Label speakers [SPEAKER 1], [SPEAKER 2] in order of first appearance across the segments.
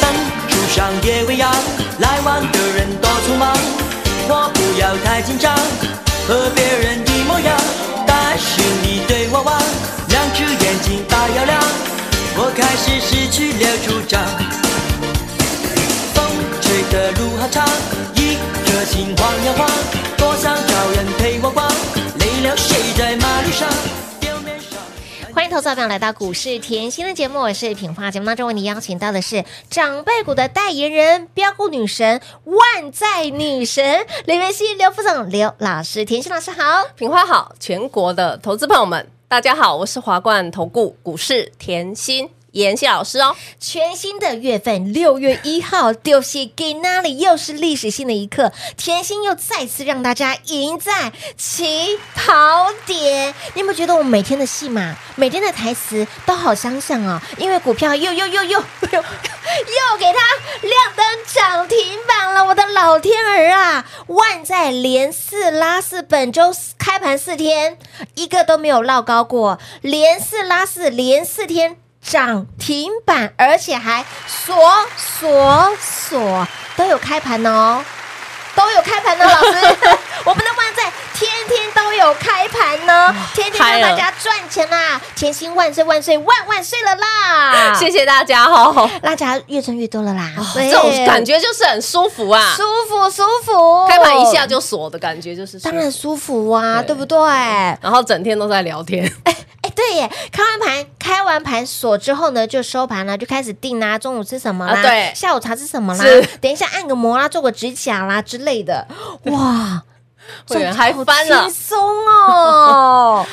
[SPEAKER 1] 灯树上夜未央，来往的人多匆忙。我不要太紧张，和别人一模样。但是你对我望，两只眼睛发摇亮，我开始失去了主张。风吹的路好长，一颗心晃呀晃，多想找人陪我逛，累了睡在马路上。表面上
[SPEAKER 2] 欢迎投资者朋友来到股市甜心的节目，我是品花。节目当中为你邀请到的是长辈股的代言人、标股女神、万载女神刘元熙、刘副总、刘老师。甜心老师好，
[SPEAKER 3] 品花好，全国的投资朋友们，大家好，我是华冠投顾股市甜心妍希老师哦。
[SPEAKER 2] 全新的月份六月一号，就是给那里又是历史性的一刻，甜心又再次让大家赢在起跑点。你有没有觉得我们每天的戏码、每天的台词都好相像哦？因为股票又又又又又 又给它亮灯涨停板了，我的老天儿啊！万载连四拉四，本周开盘四天一个都没有落高过，连四拉四，连四天。涨停板，而且还锁锁锁都有开盘哦，都有开盘呢，哦老 师，我们的万载天天都有开盘
[SPEAKER 3] 啊
[SPEAKER 2] 呢，天天让大家赚钱啦，甜心万岁万岁万万岁了 啦！
[SPEAKER 3] 谢谢大家哦，啊
[SPEAKER 2] 大家越赚越多了啦，啊对
[SPEAKER 3] 这种感觉就是很舒服啊，
[SPEAKER 2] 舒服舒服，
[SPEAKER 3] 开盘一下就锁的感觉就是舒服
[SPEAKER 2] 当然舒服啊，
[SPEAKER 3] 对
[SPEAKER 2] 对不对？哎
[SPEAKER 3] 然后整天都在聊 天，
[SPEAKER 2] 对耶，开完盘开完盘锁之后呢，就收盘了，就开始定啦，中午吃什么啦，
[SPEAKER 3] 啊对
[SPEAKER 2] 下午茶吃什么啦
[SPEAKER 3] 是，
[SPEAKER 2] 等一下按个摩啦，做个指甲啦之类的，哇，
[SPEAKER 3] 会员还翻了
[SPEAKER 2] 好轻。松 哦。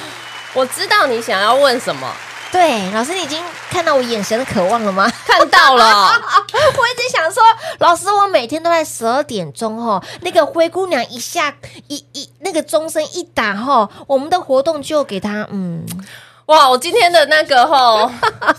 [SPEAKER 3] 我知道你想要问什么，
[SPEAKER 2] 对，老师，你已经看到我眼神的渴望了吗？
[SPEAKER 3] 看到了，
[SPEAKER 2] 我一直想说，老师，我每天都在十二点钟吼，那个灰姑娘一下一一那个钟声一打吼，我们的活动就给她嗯，
[SPEAKER 3] 哇！我今天的那个吼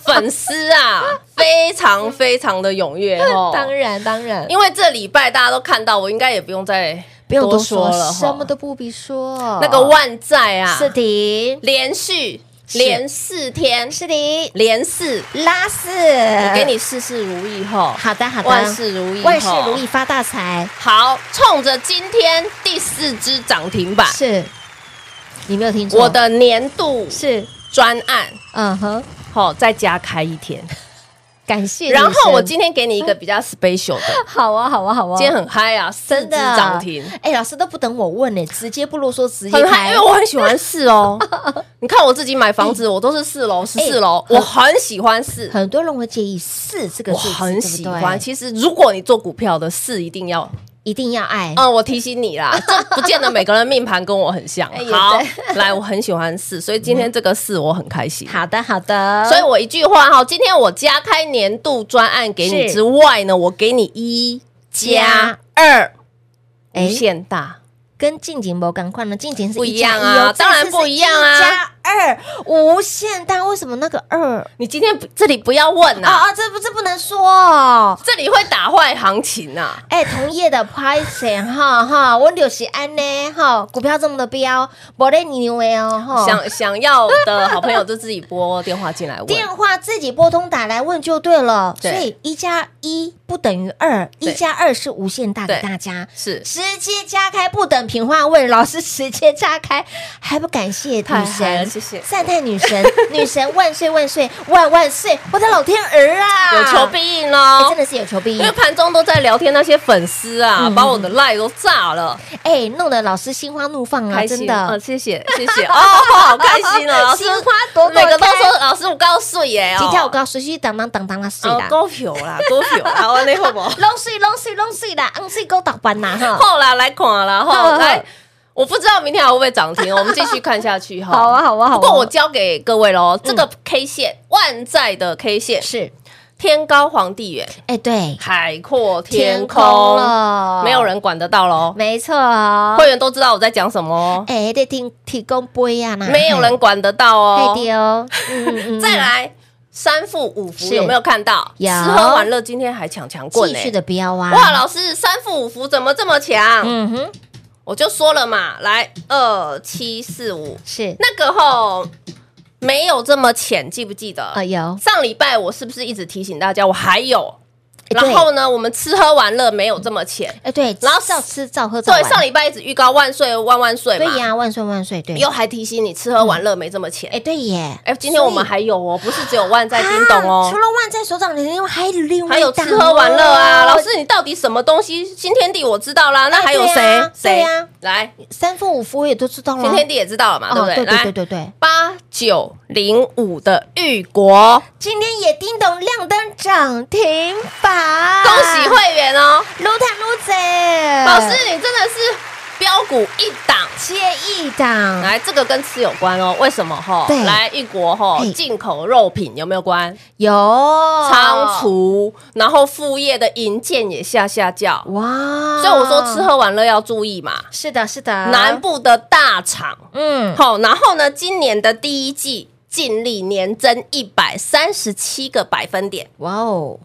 [SPEAKER 3] 粉丝啊，非常非常的踊跃哦，
[SPEAKER 2] 当然当然，
[SPEAKER 3] 因为这礼拜大家都看到，我应该也不用再
[SPEAKER 2] 不用多
[SPEAKER 3] 说
[SPEAKER 2] 说
[SPEAKER 3] 了，
[SPEAKER 2] 什么都不必说。
[SPEAKER 3] 那个万载啊，
[SPEAKER 2] 哦是的，
[SPEAKER 3] 连续
[SPEAKER 2] 是
[SPEAKER 3] 连四天，
[SPEAKER 2] 是的，
[SPEAKER 3] 连四，
[SPEAKER 2] 拉四，
[SPEAKER 3] 我
[SPEAKER 2] 我
[SPEAKER 3] 给你事事如意吼，
[SPEAKER 2] 好的好的，
[SPEAKER 3] 万事如意，
[SPEAKER 2] 万事如意。发大财
[SPEAKER 3] 好，冲着今天第四只涨停板，
[SPEAKER 2] 是，你没有听错，
[SPEAKER 3] 啊我的年度
[SPEAKER 2] 是
[SPEAKER 3] 专案，
[SPEAKER 2] 嗯哼，
[SPEAKER 3] 好，再加开一天。
[SPEAKER 2] 感谢女嗯神。
[SPEAKER 3] 然后我今天给你一个比较 special 的，
[SPEAKER 2] 好啊好啊好啊，
[SPEAKER 3] 今天很嗨啊，四
[SPEAKER 2] 真
[SPEAKER 3] 只
[SPEAKER 2] 的啊
[SPEAKER 3] 涨停。
[SPEAKER 2] 哎，老师都不等我问呢，直接不啰嗦，直接
[SPEAKER 3] 很嗨，
[SPEAKER 2] 开
[SPEAKER 3] 因为。我很喜欢四 哦。你看我自己买房子，我都是四楼、十四楼，
[SPEAKER 2] 哎
[SPEAKER 3] 我很喜欢四。
[SPEAKER 2] 很多人会介意四这个
[SPEAKER 3] 我
[SPEAKER 2] 数字，
[SPEAKER 3] 很
[SPEAKER 2] 对不
[SPEAKER 3] 喜
[SPEAKER 2] 对
[SPEAKER 3] 欢。其实，如果你做股票的事，一定要，
[SPEAKER 2] 一定要爱。
[SPEAKER 3] 嗯，我提醒你啦，这不见得每个人命盘跟我很像啊
[SPEAKER 2] 哎也。
[SPEAKER 3] 好
[SPEAKER 2] 对，嗯
[SPEAKER 3] 来，我很喜欢四，所以今天这个四我很开心。
[SPEAKER 2] 好的好的，
[SPEAKER 3] 所以我一句话哈，今天我加开年度专案给你
[SPEAKER 2] 是
[SPEAKER 3] 之外呢，我给你一加二，
[SPEAKER 2] 哎
[SPEAKER 3] 无限大。
[SPEAKER 2] 跟近景不赶快呢？近景是
[SPEAKER 3] 不一
[SPEAKER 2] 加
[SPEAKER 3] 样啊
[SPEAKER 2] 哦
[SPEAKER 3] 当然
[SPEAKER 2] 这次是
[SPEAKER 3] 不一样啊
[SPEAKER 2] 一加二无限大，为什么那个二？
[SPEAKER 3] 你今天不这里不要问
[SPEAKER 2] 啊
[SPEAKER 3] 啊，
[SPEAKER 2] 啊，这不这不能说哦。
[SPEAKER 3] 这里会打坏行情啊。
[SPEAKER 2] 哎，同业的拍谁哈哈，我就是安呢哈，股票这么的标，我的牛诶哦哈。
[SPEAKER 3] 想想要的好朋友就自己拨电话进来问。
[SPEAKER 2] 电话自己拨通打来问就对了，所
[SPEAKER 3] 对
[SPEAKER 2] 以一加一不等于二，一
[SPEAKER 3] 对
[SPEAKER 2] 加二是无限大给
[SPEAKER 3] 对
[SPEAKER 2] 大家，
[SPEAKER 3] 是
[SPEAKER 2] 直接加开不等平话问老师直接加开，还不感谢
[SPEAKER 3] 太
[SPEAKER 2] 女
[SPEAKER 3] 嗨了
[SPEAKER 2] 神，
[SPEAKER 3] 谢谢
[SPEAKER 2] 赞叹女神，女神万岁万岁万万岁，我的老天儿啊，
[SPEAKER 3] 有求必应
[SPEAKER 2] 哎、
[SPEAKER 3] 哦
[SPEAKER 2] 真。的是有求必
[SPEAKER 3] 因为
[SPEAKER 2] 应，
[SPEAKER 3] 盘中都在聊天，那些粉丝啊，
[SPEAKER 2] 嗯
[SPEAKER 3] 把我的赖都炸了，
[SPEAKER 2] 哎、弄得老师心花怒放啊，
[SPEAKER 3] 开
[SPEAKER 2] 真
[SPEAKER 3] 心
[SPEAKER 2] 的
[SPEAKER 3] 哦，。谢 谢谢谢哦，好开心哦，老师
[SPEAKER 2] 心花朵朵
[SPEAKER 3] 每个都
[SPEAKER 2] 开
[SPEAKER 3] 说老师我高睡耶，
[SPEAKER 2] 今天我
[SPEAKER 3] 高
[SPEAKER 2] 告诉你，当当当当啦，水啦，
[SPEAKER 3] 高票哦啦，高票啦， 我那好不好？
[SPEAKER 2] 拢水拢水拢水啦，昂水够打扮啦哈。
[SPEAKER 3] 好啦，来看啦
[SPEAKER 2] 好好
[SPEAKER 3] 吼，来。我不知道明天还会不会涨停哦，我们继续看下去哈。
[SPEAKER 2] 好啊，好啊，好啊。嗯
[SPEAKER 3] 不过我交给各位喽，这个 K 线、万载的 K 线
[SPEAKER 2] 是，
[SPEAKER 3] 天高皇帝远，
[SPEAKER 2] 哎，对，
[SPEAKER 3] 海阔
[SPEAKER 2] 天
[SPEAKER 3] 天
[SPEAKER 2] 空
[SPEAKER 3] 空
[SPEAKER 2] 了嗯
[SPEAKER 3] 没有人管得到喽。
[SPEAKER 2] 没错。哦
[SPEAKER 3] 会员都知道我在讲什么哦，
[SPEAKER 2] 哎，得提提供杯啊呀嘛，
[SPEAKER 3] 没有人管得到
[SPEAKER 2] 哎
[SPEAKER 3] 哦。
[SPEAKER 2] 丢。嗯嗯嗯
[SPEAKER 3] 再来三副五福
[SPEAKER 2] 是
[SPEAKER 3] 有没有看到？
[SPEAKER 2] 有
[SPEAKER 3] 吃喝玩乐今天还抢强棍
[SPEAKER 2] 继
[SPEAKER 3] 呢、
[SPEAKER 2] 续的标啊。
[SPEAKER 3] 哇，老师，三副五福怎么这么强？
[SPEAKER 2] 嗯哼，
[SPEAKER 3] 我就说了嘛，来二七四五
[SPEAKER 2] 是，
[SPEAKER 3] 那个吼没有这么浅，记不记得？
[SPEAKER 2] 啊有，
[SPEAKER 3] 上礼拜我是不是一直提醒大家我还有？
[SPEAKER 2] 哎
[SPEAKER 3] 然后呢，我们吃喝玩乐没有这么浅。
[SPEAKER 2] 哎对，
[SPEAKER 3] 然后
[SPEAKER 2] 照吃照喝照
[SPEAKER 3] 对，
[SPEAKER 2] 玩。
[SPEAKER 3] 上礼拜一直预告万岁万万岁嘛
[SPEAKER 2] 对，呀，万岁万岁，对。
[SPEAKER 3] 又还提醒你吃喝玩乐没这么浅。
[SPEAKER 2] 哎对耶，
[SPEAKER 3] 哎，今天我们
[SPEAKER 2] 所以
[SPEAKER 3] 还有哦，不是只有万在
[SPEAKER 2] 啊
[SPEAKER 3] 叮咚哦
[SPEAKER 2] 除，了万在手掌的另外还有另外
[SPEAKER 3] 还有
[SPEAKER 2] 一档
[SPEAKER 3] 吃喝玩乐啊。
[SPEAKER 2] 哦
[SPEAKER 3] 老师，你到底什么东西？新天地我知道啦，那还有
[SPEAKER 2] 哎对
[SPEAKER 3] 谁
[SPEAKER 2] 啊？对
[SPEAKER 3] 谁
[SPEAKER 2] 啊？
[SPEAKER 3] 来，
[SPEAKER 2] 三副五副我也都知道了。
[SPEAKER 3] 新天地也知道了嘛，对
[SPEAKER 2] 哦，
[SPEAKER 3] 不对？
[SPEAKER 2] 对对对
[SPEAKER 3] 来，
[SPEAKER 2] 对对，
[SPEAKER 3] 八九零五的玉国，
[SPEAKER 2] 今天也叮咚亮灯涨停板，
[SPEAKER 3] 恭喜会员哦！
[SPEAKER 2] 撸探撸贼，
[SPEAKER 3] 老师，你真的是标股一档。
[SPEAKER 2] 接一档
[SPEAKER 3] 来，这个跟吃有关哦，为什么哈
[SPEAKER 2] 对？
[SPEAKER 3] 来，玉国哈
[SPEAKER 2] 嘿哦
[SPEAKER 3] 进口肉品有没有关？
[SPEAKER 2] 有
[SPEAKER 3] 仓储，然后副业的银件也下下叫，
[SPEAKER 2] 哦哇，
[SPEAKER 3] 所以我说吃喝玩乐要注意嘛。
[SPEAKER 2] 是的是的，
[SPEAKER 3] 南部的大厂，
[SPEAKER 2] 嗯
[SPEAKER 3] 好，然后呢，今年的第一季净利年增一百三十七个百分点，
[SPEAKER 2] 哇哦，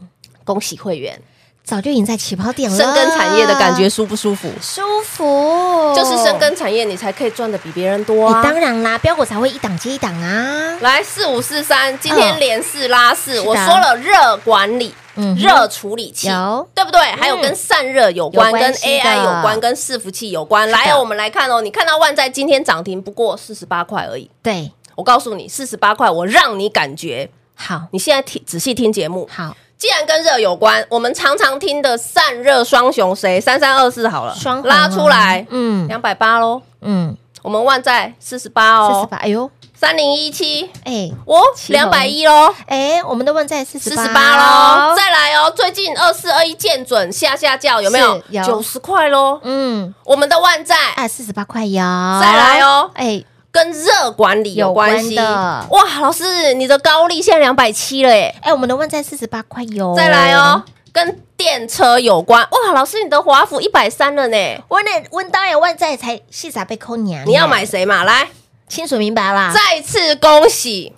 [SPEAKER 3] 恭喜会员，
[SPEAKER 2] 早就赢在起跑点了，
[SPEAKER 3] 深耕产业的感觉舒不舒服？
[SPEAKER 2] 舒服，
[SPEAKER 3] 就是深耕产业，你才可以赚的比别人多
[SPEAKER 2] 哎，
[SPEAKER 3] 啊。
[SPEAKER 2] 当然啦，标股才会一档接一档啊，
[SPEAKER 3] 来四五四三，今天连四拉
[SPEAKER 2] 是
[SPEAKER 3] 四，
[SPEAKER 2] 的
[SPEAKER 3] 我说了热管理
[SPEAKER 2] 嗯、哼
[SPEAKER 3] 热处理器
[SPEAKER 2] 有，嗯
[SPEAKER 3] 对不对？还有跟散热有关，
[SPEAKER 2] 有
[SPEAKER 3] 跟
[SPEAKER 2] 关系的
[SPEAKER 3] AI 有关，跟伺服器有关。来
[SPEAKER 2] 的
[SPEAKER 3] 哦，我们来看哦，你看到万载今天涨停不过四十八块而已，
[SPEAKER 2] 对，
[SPEAKER 3] 我告诉你，四十八块，我让你感觉，
[SPEAKER 2] 好
[SPEAKER 3] 你现在听仔细听节目。
[SPEAKER 2] 好
[SPEAKER 3] 既然跟热有关，我们常常听的散热双雄谁？三三二四好了，
[SPEAKER 2] 双红啊
[SPEAKER 3] 拉出来，
[SPEAKER 2] 嗯
[SPEAKER 3] 两百八喽。
[SPEAKER 2] 嗯，
[SPEAKER 3] 我们万载四十八
[SPEAKER 2] 四十
[SPEAKER 3] 哦
[SPEAKER 2] 八，，哎呦，
[SPEAKER 3] 三零一七，
[SPEAKER 2] 哎
[SPEAKER 3] 哦，
[SPEAKER 2] 起
[SPEAKER 3] 两
[SPEAKER 2] 头
[SPEAKER 3] 百一喽，
[SPEAKER 2] 哎，我们的问在四
[SPEAKER 3] 四
[SPEAKER 2] 十
[SPEAKER 3] 十
[SPEAKER 2] 八
[SPEAKER 3] 八喽，再来哦，最近二四二一见准下下叫有没有
[SPEAKER 2] 是？有
[SPEAKER 3] 九十块喽，
[SPEAKER 2] 嗯，
[SPEAKER 3] 我们的万载
[SPEAKER 2] 哎，四十八块哟，
[SPEAKER 3] 再来哦
[SPEAKER 2] 哎，
[SPEAKER 3] 跟热管理有关系
[SPEAKER 2] 有关的
[SPEAKER 3] 哇，老师你的高利现在两百七了耶，
[SPEAKER 2] 哎，我们的万在四十八块哟，
[SPEAKER 3] 再来哦，，跟电车有关，哇，老师你的华府一百三了呢，
[SPEAKER 2] 我那问到呀，万在才细咋被扣娘，
[SPEAKER 3] 你要买谁嘛？来，
[SPEAKER 2] 清楚明白啦，
[SPEAKER 3] 再次恭喜，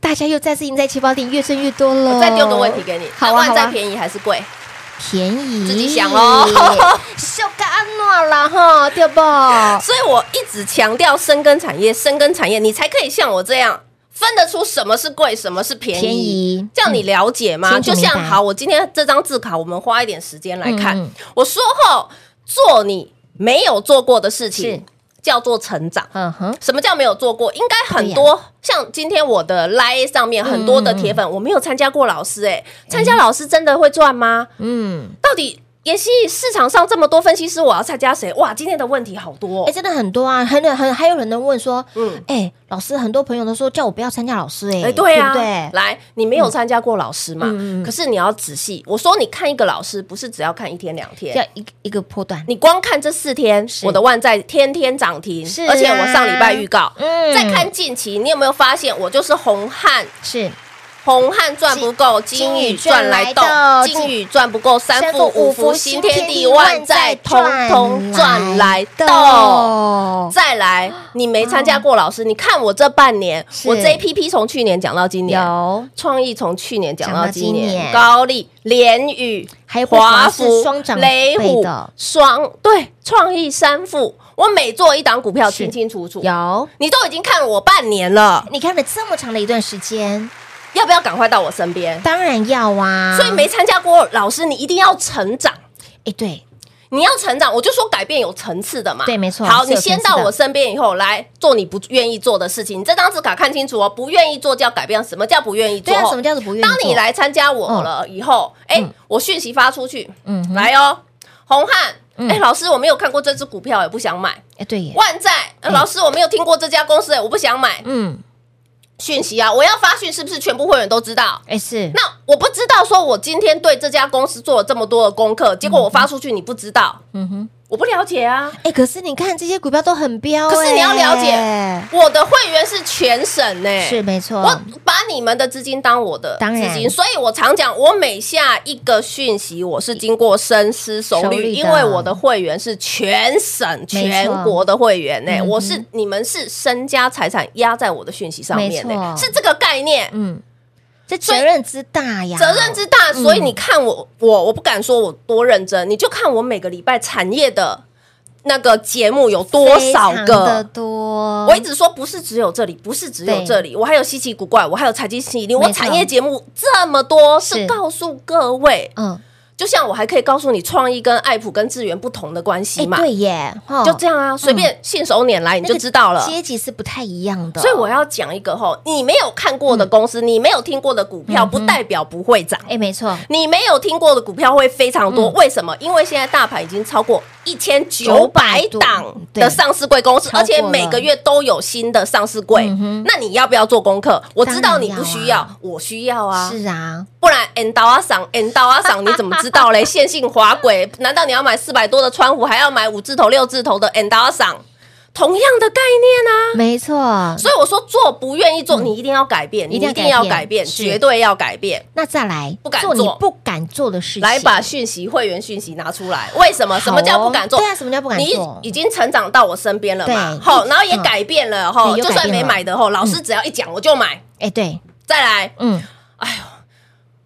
[SPEAKER 2] 大家又再次赢在起跑点，越挣越多了。
[SPEAKER 3] 我再丢个问题给你，
[SPEAKER 2] 好
[SPEAKER 3] 那
[SPEAKER 2] 啊，
[SPEAKER 3] 万
[SPEAKER 2] 好
[SPEAKER 3] 载
[SPEAKER 2] 啊，
[SPEAKER 3] 便宜还是贵？
[SPEAKER 2] 便宜
[SPEAKER 3] 自己想咯，
[SPEAKER 2] 小个安诺啦哈，对不？
[SPEAKER 3] 所以我一直强调深耕产业，深耕产业，你才可以像我这样分得出什么是贵，什么是便宜。
[SPEAKER 2] 便宜
[SPEAKER 3] 这样你了解吗？
[SPEAKER 2] 嗯清
[SPEAKER 3] 就
[SPEAKER 2] 楚明白
[SPEAKER 3] 像好，我今天这张字卡，我们花一点时间来看。
[SPEAKER 2] 嗯嗯
[SPEAKER 3] 我说后做你没有做过的事情，叫做成长。
[SPEAKER 2] 嗯哼，
[SPEAKER 3] 什么叫没有做过？应该很多，像今天我的 Line 上面很多的铁粉，我没有参加过老师、哎，参加老师真的会赚吗？
[SPEAKER 2] 嗯，
[SPEAKER 3] 到底妍希市场上这么多分析师，我要参加谁？哇，今天的问题好多、哦
[SPEAKER 2] 哎，。真的很多啊，很有很还有人能问说，
[SPEAKER 3] 嗯
[SPEAKER 2] 哎，老师，很多朋友都说叫我不要参加老师，哎，
[SPEAKER 3] 哎，对啊，
[SPEAKER 2] 不对，
[SPEAKER 3] 来，你没有参加过老师嘛？
[SPEAKER 2] 嗯嗯嗯
[SPEAKER 3] 可是你要仔细，我说你看一个老师，不是只要看一天两
[SPEAKER 2] 要
[SPEAKER 3] 天。
[SPEAKER 2] 一一个波段，
[SPEAKER 3] 你光看这四天，我的万载天天涨停，
[SPEAKER 2] 是啊
[SPEAKER 3] 而且我上礼拜预告。
[SPEAKER 2] 嗯
[SPEAKER 3] 再看近期，你有没有发现我就是红汉？
[SPEAKER 2] 是
[SPEAKER 3] 红汉赚不够，
[SPEAKER 2] 金
[SPEAKER 3] 金
[SPEAKER 2] 宇
[SPEAKER 3] 宇赚来斗
[SPEAKER 2] 赚来斗，
[SPEAKER 3] 金宇赚不够，三
[SPEAKER 2] 三
[SPEAKER 3] 富
[SPEAKER 2] 富
[SPEAKER 3] 五
[SPEAKER 2] 五福
[SPEAKER 3] 福
[SPEAKER 2] 新
[SPEAKER 3] 新
[SPEAKER 2] 天
[SPEAKER 3] 天
[SPEAKER 2] 地
[SPEAKER 3] 地
[SPEAKER 2] 万
[SPEAKER 3] 万
[SPEAKER 2] 载
[SPEAKER 3] 载，
[SPEAKER 2] 通
[SPEAKER 3] 通
[SPEAKER 2] 通
[SPEAKER 3] 通
[SPEAKER 2] 赚
[SPEAKER 3] 赚
[SPEAKER 2] 来
[SPEAKER 3] 来
[SPEAKER 2] 斗
[SPEAKER 3] 斗。再来，你没参加过老师，你看我这半年，
[SPEAKER 2] 是
[SPEAKER 3] 我这一批批从去年讲到今年，
[SPEAKER 2] 有
[SPEAKER 3] 创意从去年讲到今
[SPEAKER 2] 讲到今
[SPEAKER 3] 年，
[SPEAKER 2] 年
[SPEAKER 3] 高丽、联宇、
[SPEAKER 2] 还有
[SPEAKER 3] 华
[SPEAKER 2] 不乏是
[SPEAKER 3] 福
[SPEAKER 2] 双涨、
[SPEAKER 3] 雷
[SPEAKER 2] 倍
[SPEAKER 3] 虎
[SPEAKER 2] 的、
[SPEAKER 3] 双对创意三富，我每做一档股票，清清楚楚。
[SPEAKER 2] 有。
[SPEAKER 3] 你都已经看了我半年了，
[SPEAKER 2] 你看了这么长的一段时间，
[SPEAKER 3] 要不要赶快到我身边？
[SPEAKER 2] 当然要啊。
[SPEAKER 3] 所以没参加过老师，你一定要成长。
[SPEAKER 2] 哎，对，
[SPEAKER 3] 你要成长，我就说改变有层次的嘛。
[SPEAKER 2] 对没错
[SPEAKER 3] 好，
[SPEAKER 2] 是有
[SPEAKER 3] 你
[SPEAKER 2] 层次
[SPEAKER 3] 先
[SPEAKER 2] 的
[SPEAKER 3] 到我身边以后，来做你不愿意做的事情。你这张字卡看清楚哦，不愿意做叫改变。什么叫不愿意做？
[SPEAKER 2] 对啊，什么叫做不愿意？
[SPEAKER 3] 当你，来参加我了以后，哎、我讯息发出去，
[SPEAKER 2] 嗯哼
[SPEAKER 3] 来哦，红汉，哎、
[SPEAKER 2] 嗯
[SPEAKER 3] 老师，我没有看过这只股票，也不想买。
[SPEAKER 2] 哎，对耶，
[SPEAKER 3] 万载，呃
[SPEAKER 2] 嗯
[SPEAKER 3] 老师，我没有听过这家公司，哎我不想买。
[SPEAKER 2] 嗯，
[SPEAKER 3] 讯息啊，我要发讯，是不是全部会员都知道？
[SPEAKER 2] 哎是，
[SPEAKER 3] 那我不知道，说我今天对这家公司做了这么多的功课，结果我发出去你不知道，
[SPEAKER 2] 嗯哼，
[SPEAKER 3] 我不了解啊。
[SPEAKER 2] 哎，可是你看这些股票都很标，
[SPEAKER 3] 可是你要
[SPEAKER 2] 哎
[SPEAKER 3] 了解，我的会员是全省呢、
[SPEAKER 2] 是没错，
[SPEAKER 3] 我把你们的资金当我的
[SPEAKER 2] 当然
[SPEAKER 3] 资金，所以我常讲，我每下一个讯息，我是经过深思熟
[SPEAKER 2] 熟
[SPEAKER 3] 虑，
[SPEAKER 2] 虑的
[SPEAKER 3] 因为我的会员是全省、
[SPEAKER 2] 没错
[SPEAKER 3] 全国的会员呢、
[SPEAKER 2] 嗯哼
[SPEAKER 3] 我是你们是身家财产压在我的讯息上面呢、
[SPEAKER 2] 没错
[SPEAKER 3] 是这个概念。
[SPEAKER 2] 嗯，这责任之大呀，
[SPEAKER 3] 责任之大，所以
[SPEAKER 2] 嗯
[SPEAKER 3] 你看我，我我不敢说我多认真，你就看我每个礼拜产业的那个节目有多少
[SPEAKER 2] 非常的
[SPEAKER 3] 个。
[SPEAKER 2] 多，
[SPEAKER 3] 我一直说不是只有这里，不是只有这里，我还有稀奇古怪，我还有财经吸引力，
[SPEAKER 2] 没错
[SPEAKER 3] 我产业节目这么多，
[SPEAKER 2] 是
[SPEAKER 3] 是告诉各位，
[SPEAKER 2] 嗯，
[SPEAKER 3] 就像我还可以告诉你创意跟爱普跟智源不同的关系
[SPEAKER 2] 哎，
[SPEAKER 3] 嘛，
[SPEAKER 2] 对耶，哦
[SPEAKER 3] 就这样啊，随便信手拈来你就知道了
[SPEAKER 2] 那。个哦阶级是不太一样的，
[SPEAKER 3] 所以我要讲一个吼，你没有看过的公司，你没有听过的股票，
[SPEAKER 2] 嗯嗯哼
[SPEAKER 3] 不代表不会涨。
[SPEAKER 2] 哎，没错，
[SPEAKER 3] 你没有听过的股票会非常多，
[SPEAKER 2] 嗯
[SPEAKER 3] 为什么？因为现在大盘已经超过一千九百
[SPEAKER 2] 多
[SPEAKER 3] 档
[SPEAKER 2] 对
[SPEAKER 3] 的上市贵公司，
[SPEAKER 2] 超过了
[SPEAKER 3] 而且每个月都有新的上市贵
[SPEAKER 2] 嗯哼。
[SPEAKER 3] 那你要不要做功课？我知道你
[SPEAKER 2] 当然
[SPEAKER 3] 不
[SPEAKER 2] 要
[SPEAKER 3] 需要
[SPEAKER 2] 啊，
[SPEAKER 3] 我需要啊，
[SPEAKER 2] 是啊，
[SPEAKER 3] 不然 N 刀啊赏 N 刀啊赏，你怎么知道 嘞？线性滑轨，难道你要买四百多的川湖，还要买五字头、六字头的 N 刀啊赏？同样的概念啊。
[SPEAKER 2] 没错。
[SPEAKER 3] 所以我说做不愿意做，你一定要改变，你
[SPEAKER 2] 嗯一定要
[SPEAKER 3] 一定要
[SPEAKER 2] 改变
[SPEAKER 3] 改变，
[SPEAKER 2] 是
[SPEAKER 3] 绝对要改变。
[SPEAKER 2] 那再来，
[SPEAKER 3] 不敢
[SPEAKER 2] 你
[SPEAKER 3] 做
[SPEAKER 2] 不敢做的事情，
[SPEAKER 3] 来把讯息、会员讯息拿出来。为什么？什么
[SPEAKER 2] 好
[SPEAKER 3] 叫
[SPEAKER 2] 哦
[SPEAKER 3] 不敢做？
[SPEAKER 2] 对啊什么叫不敢做
[SPEAKER 3] 你已经成长到我身边了嘛
[SPEAKER 2] 对？
[SPEAKER 3] 好，然后也
[SPEAKER 2] 嗯
[SPEAKER 3] 改变了吼，
[SPEAKER 2] 对有
[SPEAKER 3] 就
[SPEAKER 2] 改
[SPEAKER 3] 算
[SPEAKER 2] 变
[SPEAKER 3] 没
[SPEAKER 2] 了嗯
[SPEAKER 3] 买的吼，老师只要一讲我就买。
[SPEAKER 2] 哎，对，
[SPEAKER 3] 再来，
[SPEAKER 2] 嗯，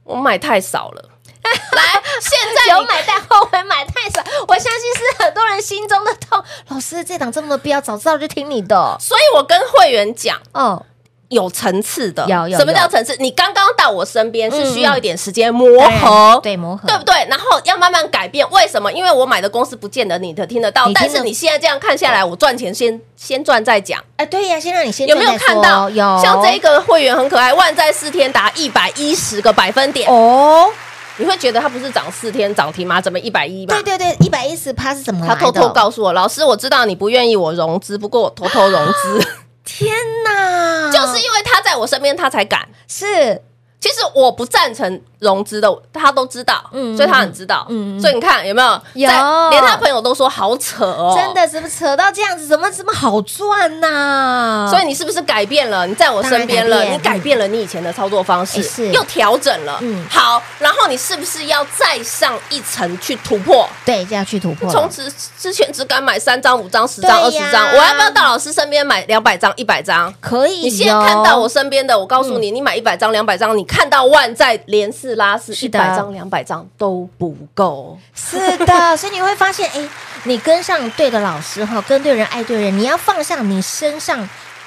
[SPEAKER 3] 我买太少了。来，现在
[SPEAKER 2] 有
[SPEAKER 3] 你
[SPEAKER 2] 买但后悔买太少，我相信是很多人心中的痛。老师，这档这么多标，早知道就听你的
[SPEAKER 3] 所以我跟会员讲。
[SPEAKER 2] 哦。
[SPEAKER 3] 有层次的，
[SPEAKER 2] 有有
[SPEAKER 3] 什么
[SPEAKER 2] 有
[SPEAKER 3] 叫层次？你刚刚到我身边是需要
[SPEAKER 2] 嗯
[SPEAKER 3] 一点时间磨合，
[SPEAKER 2] 对磨合，
[SPEAKER 3] 对不对？然后要慢慢改变，为什么？因为我买的公司不见得你的听得到
[SPEAKER 2] 你，听得
[SPEAKER 3] 但是你现在这样看下来，我赚钱先先赚再讲。
[SPEAKER 2] 哎，对呀，先让你先
[SPEAKER 3] 有没有
[SPEAKER 2] 赚再
[SPEAKER 3] 看
[SPEAKER 2] 说
[SPEAKER 3] 到？
[SPEAKER 2] 有，
[SPEAKER 3] 像这个会员很可爱，万载四天达一百一十个百分点，
[SPEAKER 2] 哦，
[SPEAKER 3] 你会觉得它不是涨四天涨停吗？怎么一百一嘛
[SPEAKER 2] 对？对对，一百一十趴是怎么
[SPEAKER 3] 他
[SPEAKER 2] 来的？
[SPEAKER 3] 偷偷告诉我，老师，我知道你不愿意我融资，不过我偷偷融 资，
[SPEAKER 2] 天哪，
[SPEAKER 3] 就是因为他在我身边，他才敢。
[SPEAKER 2] 是
[SPEAKER 3] 其实我不赞成融资的，他都知道，
[SPEAKER 2] 嗯
[SPEAKER 3] 所以他很知道，
[SPEAKER 2] 嗯嗯
[SPEAKER 3] 所以你看有没有？
[SPEAKER 2] 有
[SPEAKER 3] 在连他朋友都说好扯哦，
[SPEAKER 2] 真。的，怎么扯到这样子？怎么这么好赚呐？
[SPEAKER 3] 所以你是不是改变了？你在我身边
[SPEAKER 2] 嗯当
[SPEAKER 3] 了，
[SPEAKER 2] 然
[SPEAKER 3] 你
[SPEAKER 2] 改变
[SPEAKER 3] 改变了你以前的操作方式，
[SPEAKER 2] 哎是
[SPEAKER 3] 又调整了。
[SPEAKER 2] 嗯
[SPEAKER 3] 好，然后你是不是要再上一层去突破？
[SPEAKER 2] 对，就要去突破了，
[SPEAKER 3] 从此之前只敢买三张、五张、十张、二
[SPEAKER 2] 对
[SPEAKER 3] 十
[SPEAKER 2] 呀哎
[SPEAKER 3] 张，我要不要到老师身边买两百张、一百张？
[SPEAKER 2] 可以哟。
[SPEAKER 3] 你现在看到我身边的，我告诉
[SPEAKER 2] 嗯
[SPEAKER 3] 你，你买一百张、两百张，你看到万在连四拉四，
[SPEAKER 2] 是
[SPEAKER 3] 一
[SPEAKER 2] 的
[SPEAKER 3] 百张、两百张都不够。
[SPEAKER 2] 是 的，所以你会发现，哎，你跟上对的老师哈，跟对人，爱对人，你要放下你身上。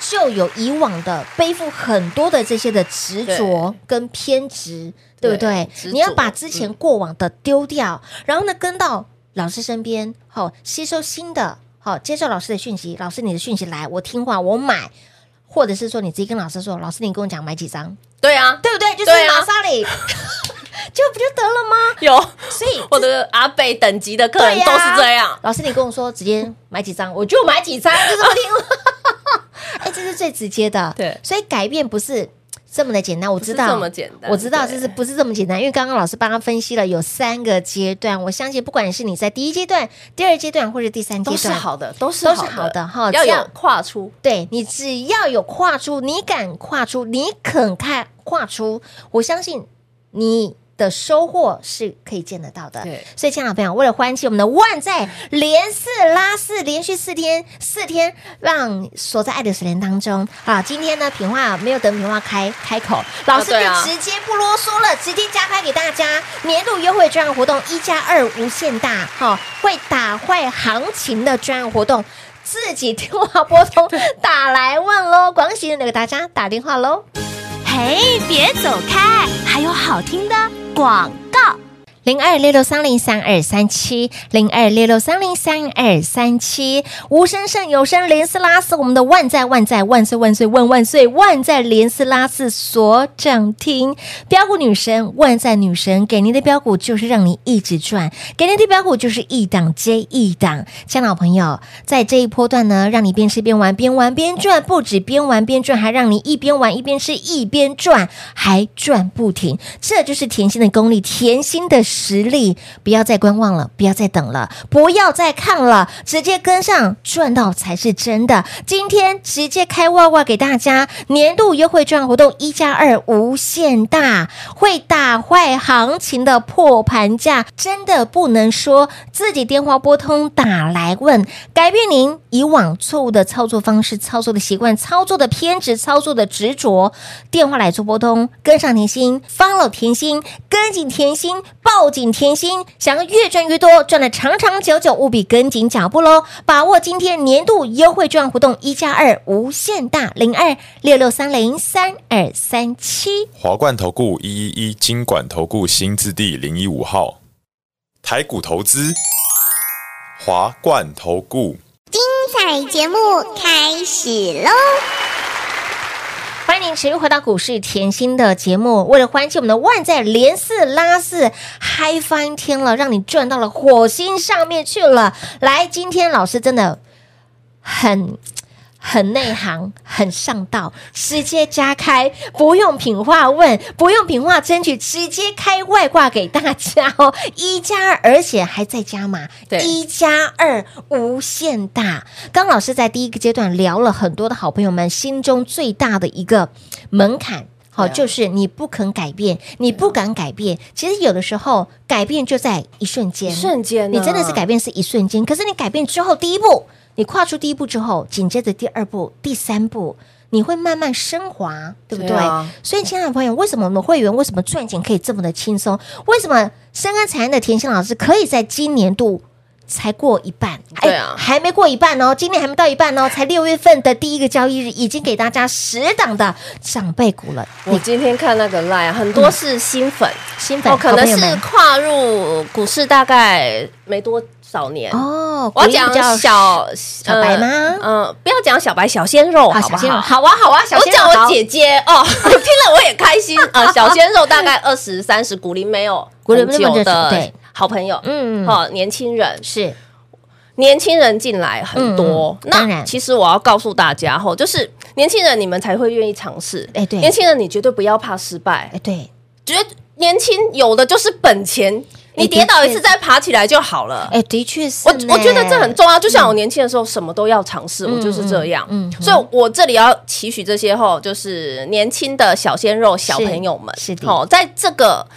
[SPEAKER 2] 就有以往的背负很多的这些的执着跟偏执，对不对
[SPEAKER 3] 对执？着
[SPEAKER 2] 你要把之前过往的丢掉，然后呢跟到老师身边，好、吸收新的，好、接受老师的讯息，老师你的讯息来，我听话，我买，或者是说你直接跟老师说，老师你跟我讲买几张，
[SPEAKER 3] 对啊，
[SPEAKER 2] 对不对？就是
[SPEAKER 3] 对啊
[SPEAKER 2] 玛莎里， 就不就得了吗？
[SPEAKER 3] 有
[SPEAKER 2] 所以
[SPEAKER 3] 我的阿北等级的客人
[SPEAKER 2] 对呀啊
[SPEAKER 3] 都是这样。
[SPEAKER 2] 老师，你跟我说直接买几张，我就买几张，就这么听 话。哎，这是最直接的。
[SPEAKER 3] 对
[SPEAKER 2] 所以改变不是这么的简单，我知道
[SPEAKER 3] 不是这么简单
[SPEAKER 2] 我知道
[SPEAKER 3] 对
[SPEAKER 2] 这是不是这么简单？因为刚刚老师帮他分析了有三个阶段，我相信不管是你在第一阶段、第二阶段或者第三阶
[SPEAKER 3] 都
[SPEAKER 2] 段，
[SPEAKER 3] 是好的，都是
[SPEAKER 2] 都是好的哦哈
[SPEAKER 3] 要
[SPEAKER 2] 这
[SPEAKER 3] 有
[SPEAKER 2] 样
[SPEAKER 3] 跨出。
[SPEAKER 2] 对你只要有跨出，你敢跨出，你肯看跨出，我相信你。的收获是可以见得到的
[SPEAKER 3] 对，
[SPEAKER 2] 所以，亲爱的朋友，为了欢庆我们的万载连四拉四，连续四天，四天让锁在爱的水莲当中啊！今天呢，品话没有等品话开开口，老师就
[SPEAKER 3] 对啊
[SPEAKER 2] 直接不啰嗦了，直接加开给大家年度优惠专案活动，一加二无限大，哈、会打坏行情的专案活动。自己电话拨通 打来问喽，广喜那给大家打电话喽。
[SPEAKER 4] 嘿，别走开，还有好听的广告。
[SPEAKER 2] 零二六六三零三二三七，零二六六三零三二三七，无声胜有声，连斯拉斯，我们的万载万载万岁万岁万万岁，万载连斯拉斯所涨停，标股女神万载女神给您的标股就是让你一直赚，给您的标股就是一档接一档。亲爱的朋友，在这一波段呢，让你边吃边玩，边玩边赚，不止边玩边赚，还让你一边玩一边吃一边赚，还赚不停，这就是甜心的功力，甜心的实。实力，不要再观望了，不要再等了，不要再看了，直接跟上赚到才是真的。今天直接开哇哇给大家年度优惠券活动一加二无限大，会打坏行情的破盘价，真的不能说自己电话拨通打来问，改变您以往错误的操作方式、操作的习惯、操作的偏执、操作的执着，电话来做拨通，跟上甜心，follow 甜心，跟紧甜心，抱紧甜心，想要越赚越多，赚的长长久久，务必跟紧脚步喽！把握今天年度优惠券活动一加二无限大，零二六六三零三二三七。
[SPEAKER 5] 华冠投顾一一一金管投顾新字第零一五号，台股投资，华冠投顾。
[SPEAKER 6] 彩节目开始喽！
[SPEAKER 2] 欢迎您持续回到股市甜心的节目。为了欢庆我们的万载连四拉四，嗨翻天了，让你赚到了火星上面去了。来，今天老师真的很。很内行，很上道，直接加开，不用品化问，不用品化争取，直接开外挂给大家哦，一加二，而且还再加码，
[SPEAKER 3] 对
[SPEAKER 2] 一加二无限大。刚老师在第一个阶段聊了很多的好朋友们心中最大的一个门槛。好，
[SPEAKER 3] 对啊
[SPEAKER 2] 就是你不肯改变，你不敢改变。其实有的时候，改变就在一瞬间，
[SPEAKER 3] 一瞬间啊
[SPEAKER 2] 你真的是改变是一瞬间。可是你改变之后，第一步，你跨出第一步之后，紧接着第二步、第三步，你会慢慢升华，对不对？
[SPEAKER 3] 对啊
[SPEAKER 2] 所以，亲爱的朋友，为什么我们会员为什么赚钱可以这么的轻松？为什么深耕财恩的甜心老师可以在今年度？才过一半，哎
[SPEAKER 3] 对啊
[SPEAKER 2] 还没过一半哦，今年还没到一半哦，才六月份的第一个交易日，已经给大家十档的长辈股了。
[SPEAKER 3] 我
[SPEAKER 2] 你
[SPEAKER 3] 今天看那个 line，啊很多是新粉，
[SPEAKER 2] 嗯新粉
[SPEAKER 3] 哦，可能
[SPEAKER 2] 好朋友
[SPEAKER 3] 是
[SPEAKER 2] 们
[SPEAKER 3] 跨入股市大概没多少年。
[SPEAKER 2] 哦，
[SPEAKER 3] 我要
[SPEAKER 2] 比较
[SPEAKER 3] 讲小
[SPEAKER 2] 小白吗
[SPEAKER 3] 嗯、呃不要讲小白，小鲜肉，好
[SPEAKER 2] 啊，
[SPEAKER 3] 不好？
[SPEAKER 2] 小鲜肉，好啊，好啊，小
[SPEAKER 3] 我
[SPEAKER 2] 鲜肉，
[SPEAKER 3] 讲我
[SPEAKER 2] 好
[SPEAKER 3] 姐姐哦， 听了我也开心啊。小鲜肉大概二十三十，古林没有
[SPEAKER 2] 古林
[SPEAKER 3] 很
[SPEAKER 2] 没有
[SPEAKER 3] 久
[SPEAKER 2] 认识
[SPEAKER 3] 的
[SPEAKER 2] 对
[SPEAKER 3] 好朋友，
[SPEAKER 2] 嗯
[SPEAKER 3] 哦，年轻人
[SPEAKER 2] 是
[SPEAKER 3] 年轻人进来很多，
[SPEAKER 2] 嗯当
[SPEAKER 3] 那
[SPEAKER 2] 然
[SPEAKER 3] 其实我要告诉大家吼，就是年轻人你们才会愿意尝试。
[SPEAKER 2] 哎对
[SPEAKER 3] 年轻人你绝对不要怕失败
[SPEAKER 2] 哎，，对，
[SPEAKER 3] 觉得年轻有的就是本钱，你跌倒一次再爬起来就好了。
[SPEAKER 2] 哎，的确是
[SPEAKER 3] 我
[SPEAKER 2] 呢，
[SPEAKER 3] 我觉得这很重要，就像我年轻的时候什么都要尝试，我就是这样。
[SPEAKER 2] 嗯嗯嗯
[SPEAKER 3] 所以我这里要期许这些吼，就是年轻的小鲜肉、小朋友们，
[SPEAKER 2] 是的
[SPEAKER 3] 吼在这个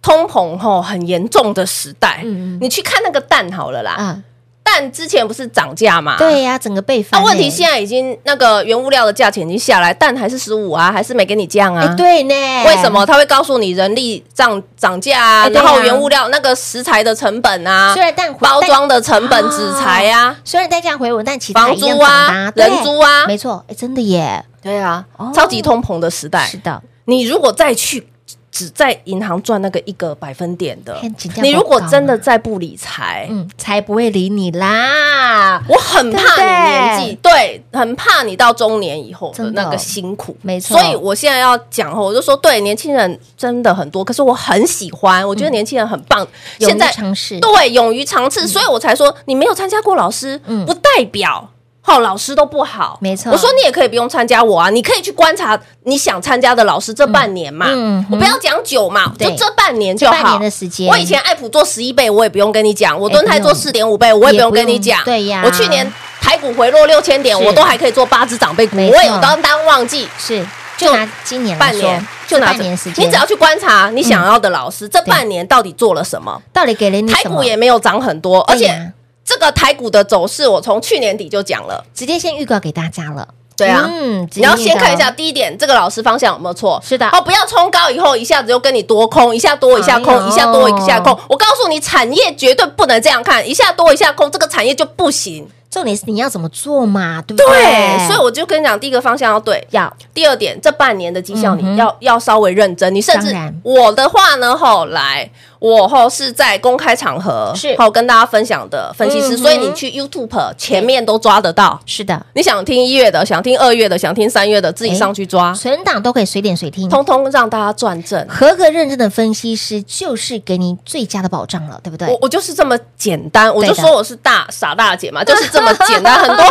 [SPEAKER 3] 通膨吼很严重的时代，
[SPEAKER 2] 嗯嗯
[SPEAKER 3] 你去看那个蛋好了啦，
[SPEAKER 2] 啊，
[SPEAKER 3] 蛋之前不是涨价嘛？
[SPEAKER 2] 对呀，整个被
[SPEAKER 3] 那、
[SPEAKER 2] 翻
[SPEAKER 3] 啊
[SPEAKER 2] 欸。
[SPEAKER 3] 问题现在已经那个原物料的价钱已经下来，蛋还是十五啊，还是没给你降啊？
[SPEAKER 2] 哎，。对呢，
[SPEAKER 3] 为什么？他会告诉你人力涨涨价啊，
[SPEAKER 2] 哎对啊
[SPEAKER 3] 然后原物料那个食材的成本啊
[SPEAKER 2] 虽，然蛋
[SPEAKER 3] 包装
[SPEAKER 2] 的
[SPEAKER 3] 的成本、
[SPEAKER 2] 哦
[SPEAKER 3] 纸材啊，
[SPEAKER 2] 虽然代价回稳，但其他
[SPEAKER 3] 房
[SPEAKER 2] 一样
[SPEAKER 3] 租
[SPEAKER 2] 涨
[SPEAKER 3] 啊
[SPEAKER 2] 吧，对
[SPEAKER 3] 人租啊，
[SPEAKER 2] 没错，哎，真的耶，
[SPEAKER 3] 对啊
[SPEAKER 2] 哦，
[SPEAKER 3] 超级通膨的时代
[SPEAKER 2] 是，的，
[SPEAKER 3] 你如果再去只在银行赚那个一个百分点的
[SPEAKER 2] 看起来，
[SPEAKER 3] 你如果
[SPEAKER 2] 不高
[SPEAKER 3] 真的
[SPEAKER 2] 啊
[SPEAKER 3] 再不理财，
[SPEAKER 2] 嗯，才不会理你啦。
[SPEAKER 3] 我很怕
[SPEAKER 2] 对不对
[SPEAKER 3] 你年纪，对，很怕你到中年以后的
[SPEAKER 2] 真的
[SPEAKER 3] 那个辛苦，
[SPEAKER 2] 没错
[SPEAKER 3] 所以我现在要讲我就说，对，年轻人真的很多，可是我很喜欢，我觉得年轻人很棒。
[SPEAKER 2] 嗯勇于
[SPEAKER 3] 现在
[SPEAKER 2] 尝试
[SPEAKER 3] 对，勇于尝试，所以我才说，你没有参加过老师，
[SPEAKER 2] 嗯
[SPEAKER 3] 不代表。好，老师都不好，
[SPEAKER 2] 没错
[SPEAKER 3] 我说你也可以不用参加我啊，你可以去观察你想参加的老师这半年嘛，
[SPEAKER 2] 嗯嗯
[SPEAKER 3] 我不要讲久嘛，
[SPEAKER 2] 对
[SPEAKER 3] 就这半年就好。
[SPEAKER 2] 这半年的时间
[SPEAKER 3] 我以前爱普做十一倍，我也不用跟你讲，我
[SPEAKER 2] 哎
[SPEAKER 3] 蹲台做
[SPEAKER 2] 不用
[SPEAKER 3] 四点五倍，我也不用跟
[SPEAKER 2] 也
[SPEAKER 3] 你
[SPEAKER 2] 不用
[SPEAKER 3] 讲。
[SPEAKER 2] 对呀
[SPEAKER 3] 我去年台股回落六千点，
[SPEAKER 2] 是
[SPEAKER 3] 我都还可以做八只长辈股，
[SPEAKER 2] 没错
[SPEAKER 3] 我有当当旺季。
[SPEAKER 2] 是，就拿今年来
[SPEAKER 3] 半
[SPEAKER 2] 说
[SPEAKER 3] 年就拿
[SPEAKER 2] 半
[SPEAKER 3] 着
[SPEAKER 2] 年时间，
[SPEAKER 3] 你只要去观察你想要的老师，这半年到底做了什么？
[SPEAKER 2] 到底给了你
[SPEAKER 3] 台
[SPEAKER 2] 嗯什么
[SPEAKER 3] 股，也没有涨很多，而
[SPEAKER 2] 对呀
[SPEAKER 3] 且这个台股的走势，我从去年底就讲了。
[SPEAKER 2] 直接先预告给大家了。
[SPEAKER 3] 对啊，
[SPEAKER 2] 嗯
[SPEAKER 3] 你要先看一下
[SPEAKER 2] 直接
[SPEAKER 3] 第一点，这个老师方向有没有错？
[SPEAKER 2] 是的
[SPEAKER 3] 哦，不要冲高以后一下子就跟你多空，一下多一下
[SPEAKER 2] 哎
[SPEAKER 3] 空，
[SPEAKER 2] 呦
[SPEAKER 3] 一下多一下空。我告诉你，产业绝对不能这样看，一下多一下空，这个产业就不行。
[SPEAKER 2] 那个重点是你要怎么做嘛，对不
[SPEAKER 3] 对，所以我就跟你讲，第一个方向要对，
[SPEAKER 2] 要
[SPEAKER 3] 第二点，这半年的绩效
[SPEAKER 2] 嗯哼
[SPEAKER 3] 你要、要稍微认真，你甚至
[SPEAKER 2] 当然
[SPEAKER 3] 我的话呢，后来我后是在公开场合
[SPEAKER 2] 是
[SPEAKER 3] 后跟大家分享的分析师，
[SPEAKER 2] 嗯哼
[SPEAKER 3] 所以你去 YouTube 前面都抓得到。
[SPEAKER 2] 是的，
[SPEAKER 3] 你想听一月的，想听二月的，想听三月的，自己
[SPEAKER 2] 哎
[SPEAKER 3] 上去抓，
[SPEAKER 2] 存档都可以随点随听，
[SPEAKER 3] 通通让大家转正。
[SPEAKER 2] 合格认证的分析师就是给你最佳的保障了，对不对？
[SPEAKER 3] 我我就是这么简单，我就
[SPEAKER 2] 对的
[SPEAKER 3] 说我是大傻大姐嘛，就是这么简单。很多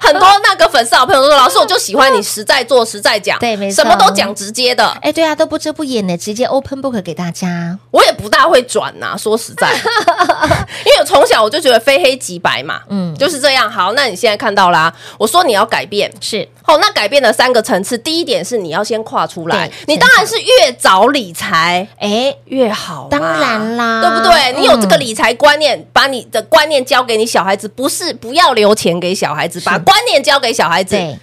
[SPEAKER 3] 很多那个粉丝好朋友都说，老师我就喜欢你实在做实在讲，
[SPEAKER 2] 对没错
[SPEAKER 3] 什么都讲直接的。
[SPEAKER 2] 哎，对啊，都不遮不掩的，直接 open book 给大家。
[SPEAKER 3] 我也不大会会转呐、说实 在，因为我从小我就觉得非黑即白嘛，
[SPEAKER 2] 嗯
[SPEAKER 3] 嗯，就是这样。好，那你现在看到啦，我说你要改变，
[SPEAKER 2] 是
[SPEAKER 3] 好，那改变的三个层次，第一点是你要先跨出来
[SPEAKER 2] 对，
[SPEAKER 3] 你当然是越早理财。
[SPEAKER 2] 哎，
[SPEAKER 3] 越好嘛，
[SPEAKER 2] 当然啦
[SPEAKER 3] 对不对？你有这个
[SPEAKER 2] 嗯
[SPEAKER 3] 理财观念，把你的观念交给你小孩子，不是不要留钱给小孩子，把观念交给小孩子，
[SPEAKER 2] 嗯对，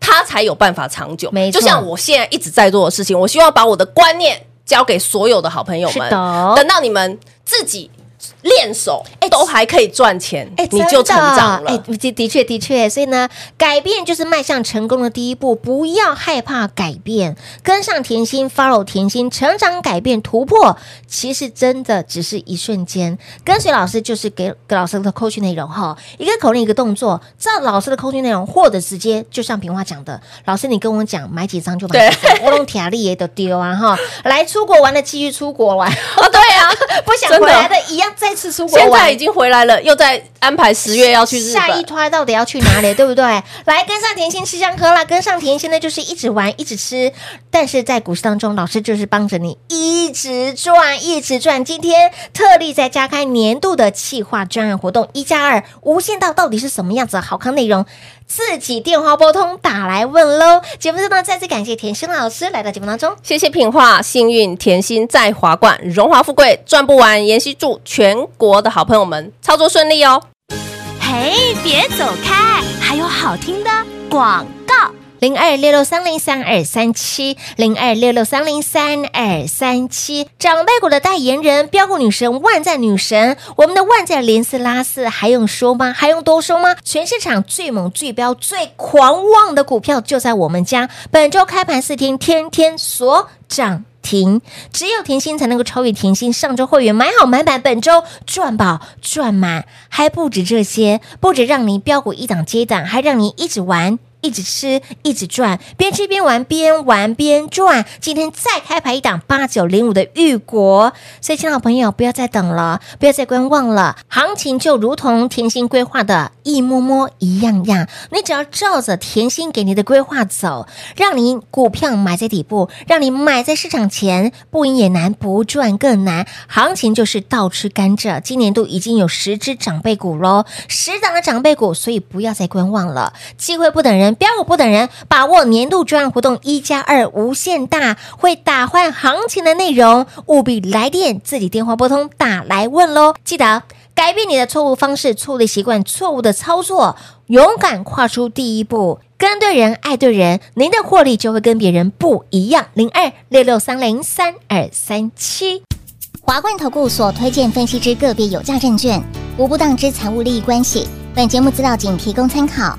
[SPEAKER 3] 他才有办法长久。
[SPEAKER 2] 没错
[SPEAKER 3] 就像我现在一直在做的事情，我希望把我的观念交给所有的好朋友
[SPEAKER 2] 是
[SPEAKER 3] 们，
[SPEAKER 2] 的
[SPEAKER 3] 等到你们自己练手，都还可以赚钱，
[SPEAKER 2] 哎，
[SPEAKER 3] 你就
[SPEAKER 2] 真
[SPEAKER 3] 成
[SPEAKER 2] 的
[SPEAKER 3] 长了。
[SPEAKER 2] 哎，的的确的确，所以呢，改变就是迈向成功的第一步，不要害怕改变，跟上甜心，follow 甜心，成长、改变、突破，其实真的只是一瞬间。跟随老师就是给给老师的扣讯内容哈，一个口令一个动作，照老师的扣讯内容，或者直接就像平花讲的，老师你跟我讲买几张就买几张，我用铁力也得丢啊哈，来出国玩的继续出国玩，
[SPEAKER 3] 啊，对啊，
[SPEAKER 2] 不想
[SPEAKER 3] 真的
[SPEAKER 2] 回来的一样再次出国玩。
[SPEAKER 3] 现在已经回来了，又在安排十月要去日
[SPEAKER 2] 下一
[SPEAKER 3] 本。
[SPEAKER 2] 团到底要去哪里，对不对？来跟上甜心吃香喝辣，跟上甜心呢就是一直玩一直吃，但是在股市当中，老师就是帮着你一直赚一直赚。今天特例在加开年度的企划专案活动一加二无限到到底是什么样子的好康内容？自己电话拨通打来问喽。节目中呢，再次感谢甜心老师来到节目当中。
[SPEAKER 3] 谢谢品画、幸运、甜心在华冠，荣华富贵赚不完。妍希祝全国的好朋友们操作顺利哦。
[SPEAKER 4] 嘿，别走开，还有好听的广告。
[SPEAKER 2] 零二六六三零三二三七，零二六六三零三二三七，长辈股的代言人，标股女神，万载女神，我们的万载连四拉四，还用说吗？还用多说吗？全市场最猛、最标、最狂妄的股票就在我们家。本周开盘四天，天天锁涨。停，只有甜心才能够超越甜心。上周会员买好买满，本周赚饱赚满，还不止这些，不止让你标股一档接一档，还让你一直玩。一直吃，一直赚，边吃边玩，边玩边赚。今天再开牌一档八九零五的玉国，所以，亲爱的朋友，不要再等了，不要再观望了。行情就如同甜心规划的一摸摸一样样，你只要照着甜心给你的规划走，让你股票买在底部，让你买在市场前，不赢也难，不赚更难。行情就是倒吃甘蔗，今年度已经有十只长辈股喽，十档的长辈股，所以不要再观望了。机会不等人，标股不等人，把握年度专案活动一加二无限大，会打换行情的内容，务必来电自己电话拨通打来问喽。记得改变你的错误方式、错误的习惯、错误的操作，勇敢跨出第一步。跟对人，爱对人，您的获利就会跟别人不一样。零二六六三零三二三七。
[SPEAKER 6] 华冠投顾所推荐分析之个别有价证券，无不当之财务利益关系。本节目资料仅提供参考，